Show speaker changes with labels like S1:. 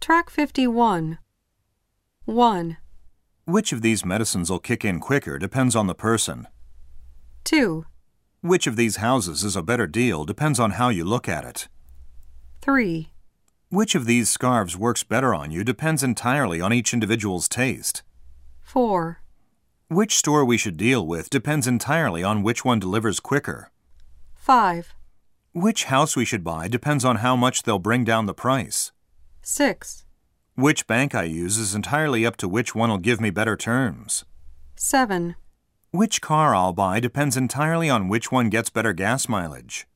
S1: Track 51. 1,
S2: Which of these medicines will kick in quicker depends on the person.
S1: 2,
S2: Which of these houses is a better deal depends on how you look at it.
S1: 3,
S2: Which of these scarves works better on you depends entirely on each individual's taste.
S1: 4,
S2: Which store we should deal with depends entirely on which one delivers quicker.
S1: 5,
S2: Which house we should buy depends on how much they'll bring down the price.
S1: 6,
S2: Which bank I use is entirely up to which one will give me better terms.
S1: 7.
S2: Which car I'll buy depends entirely on which one gets better gas mileage.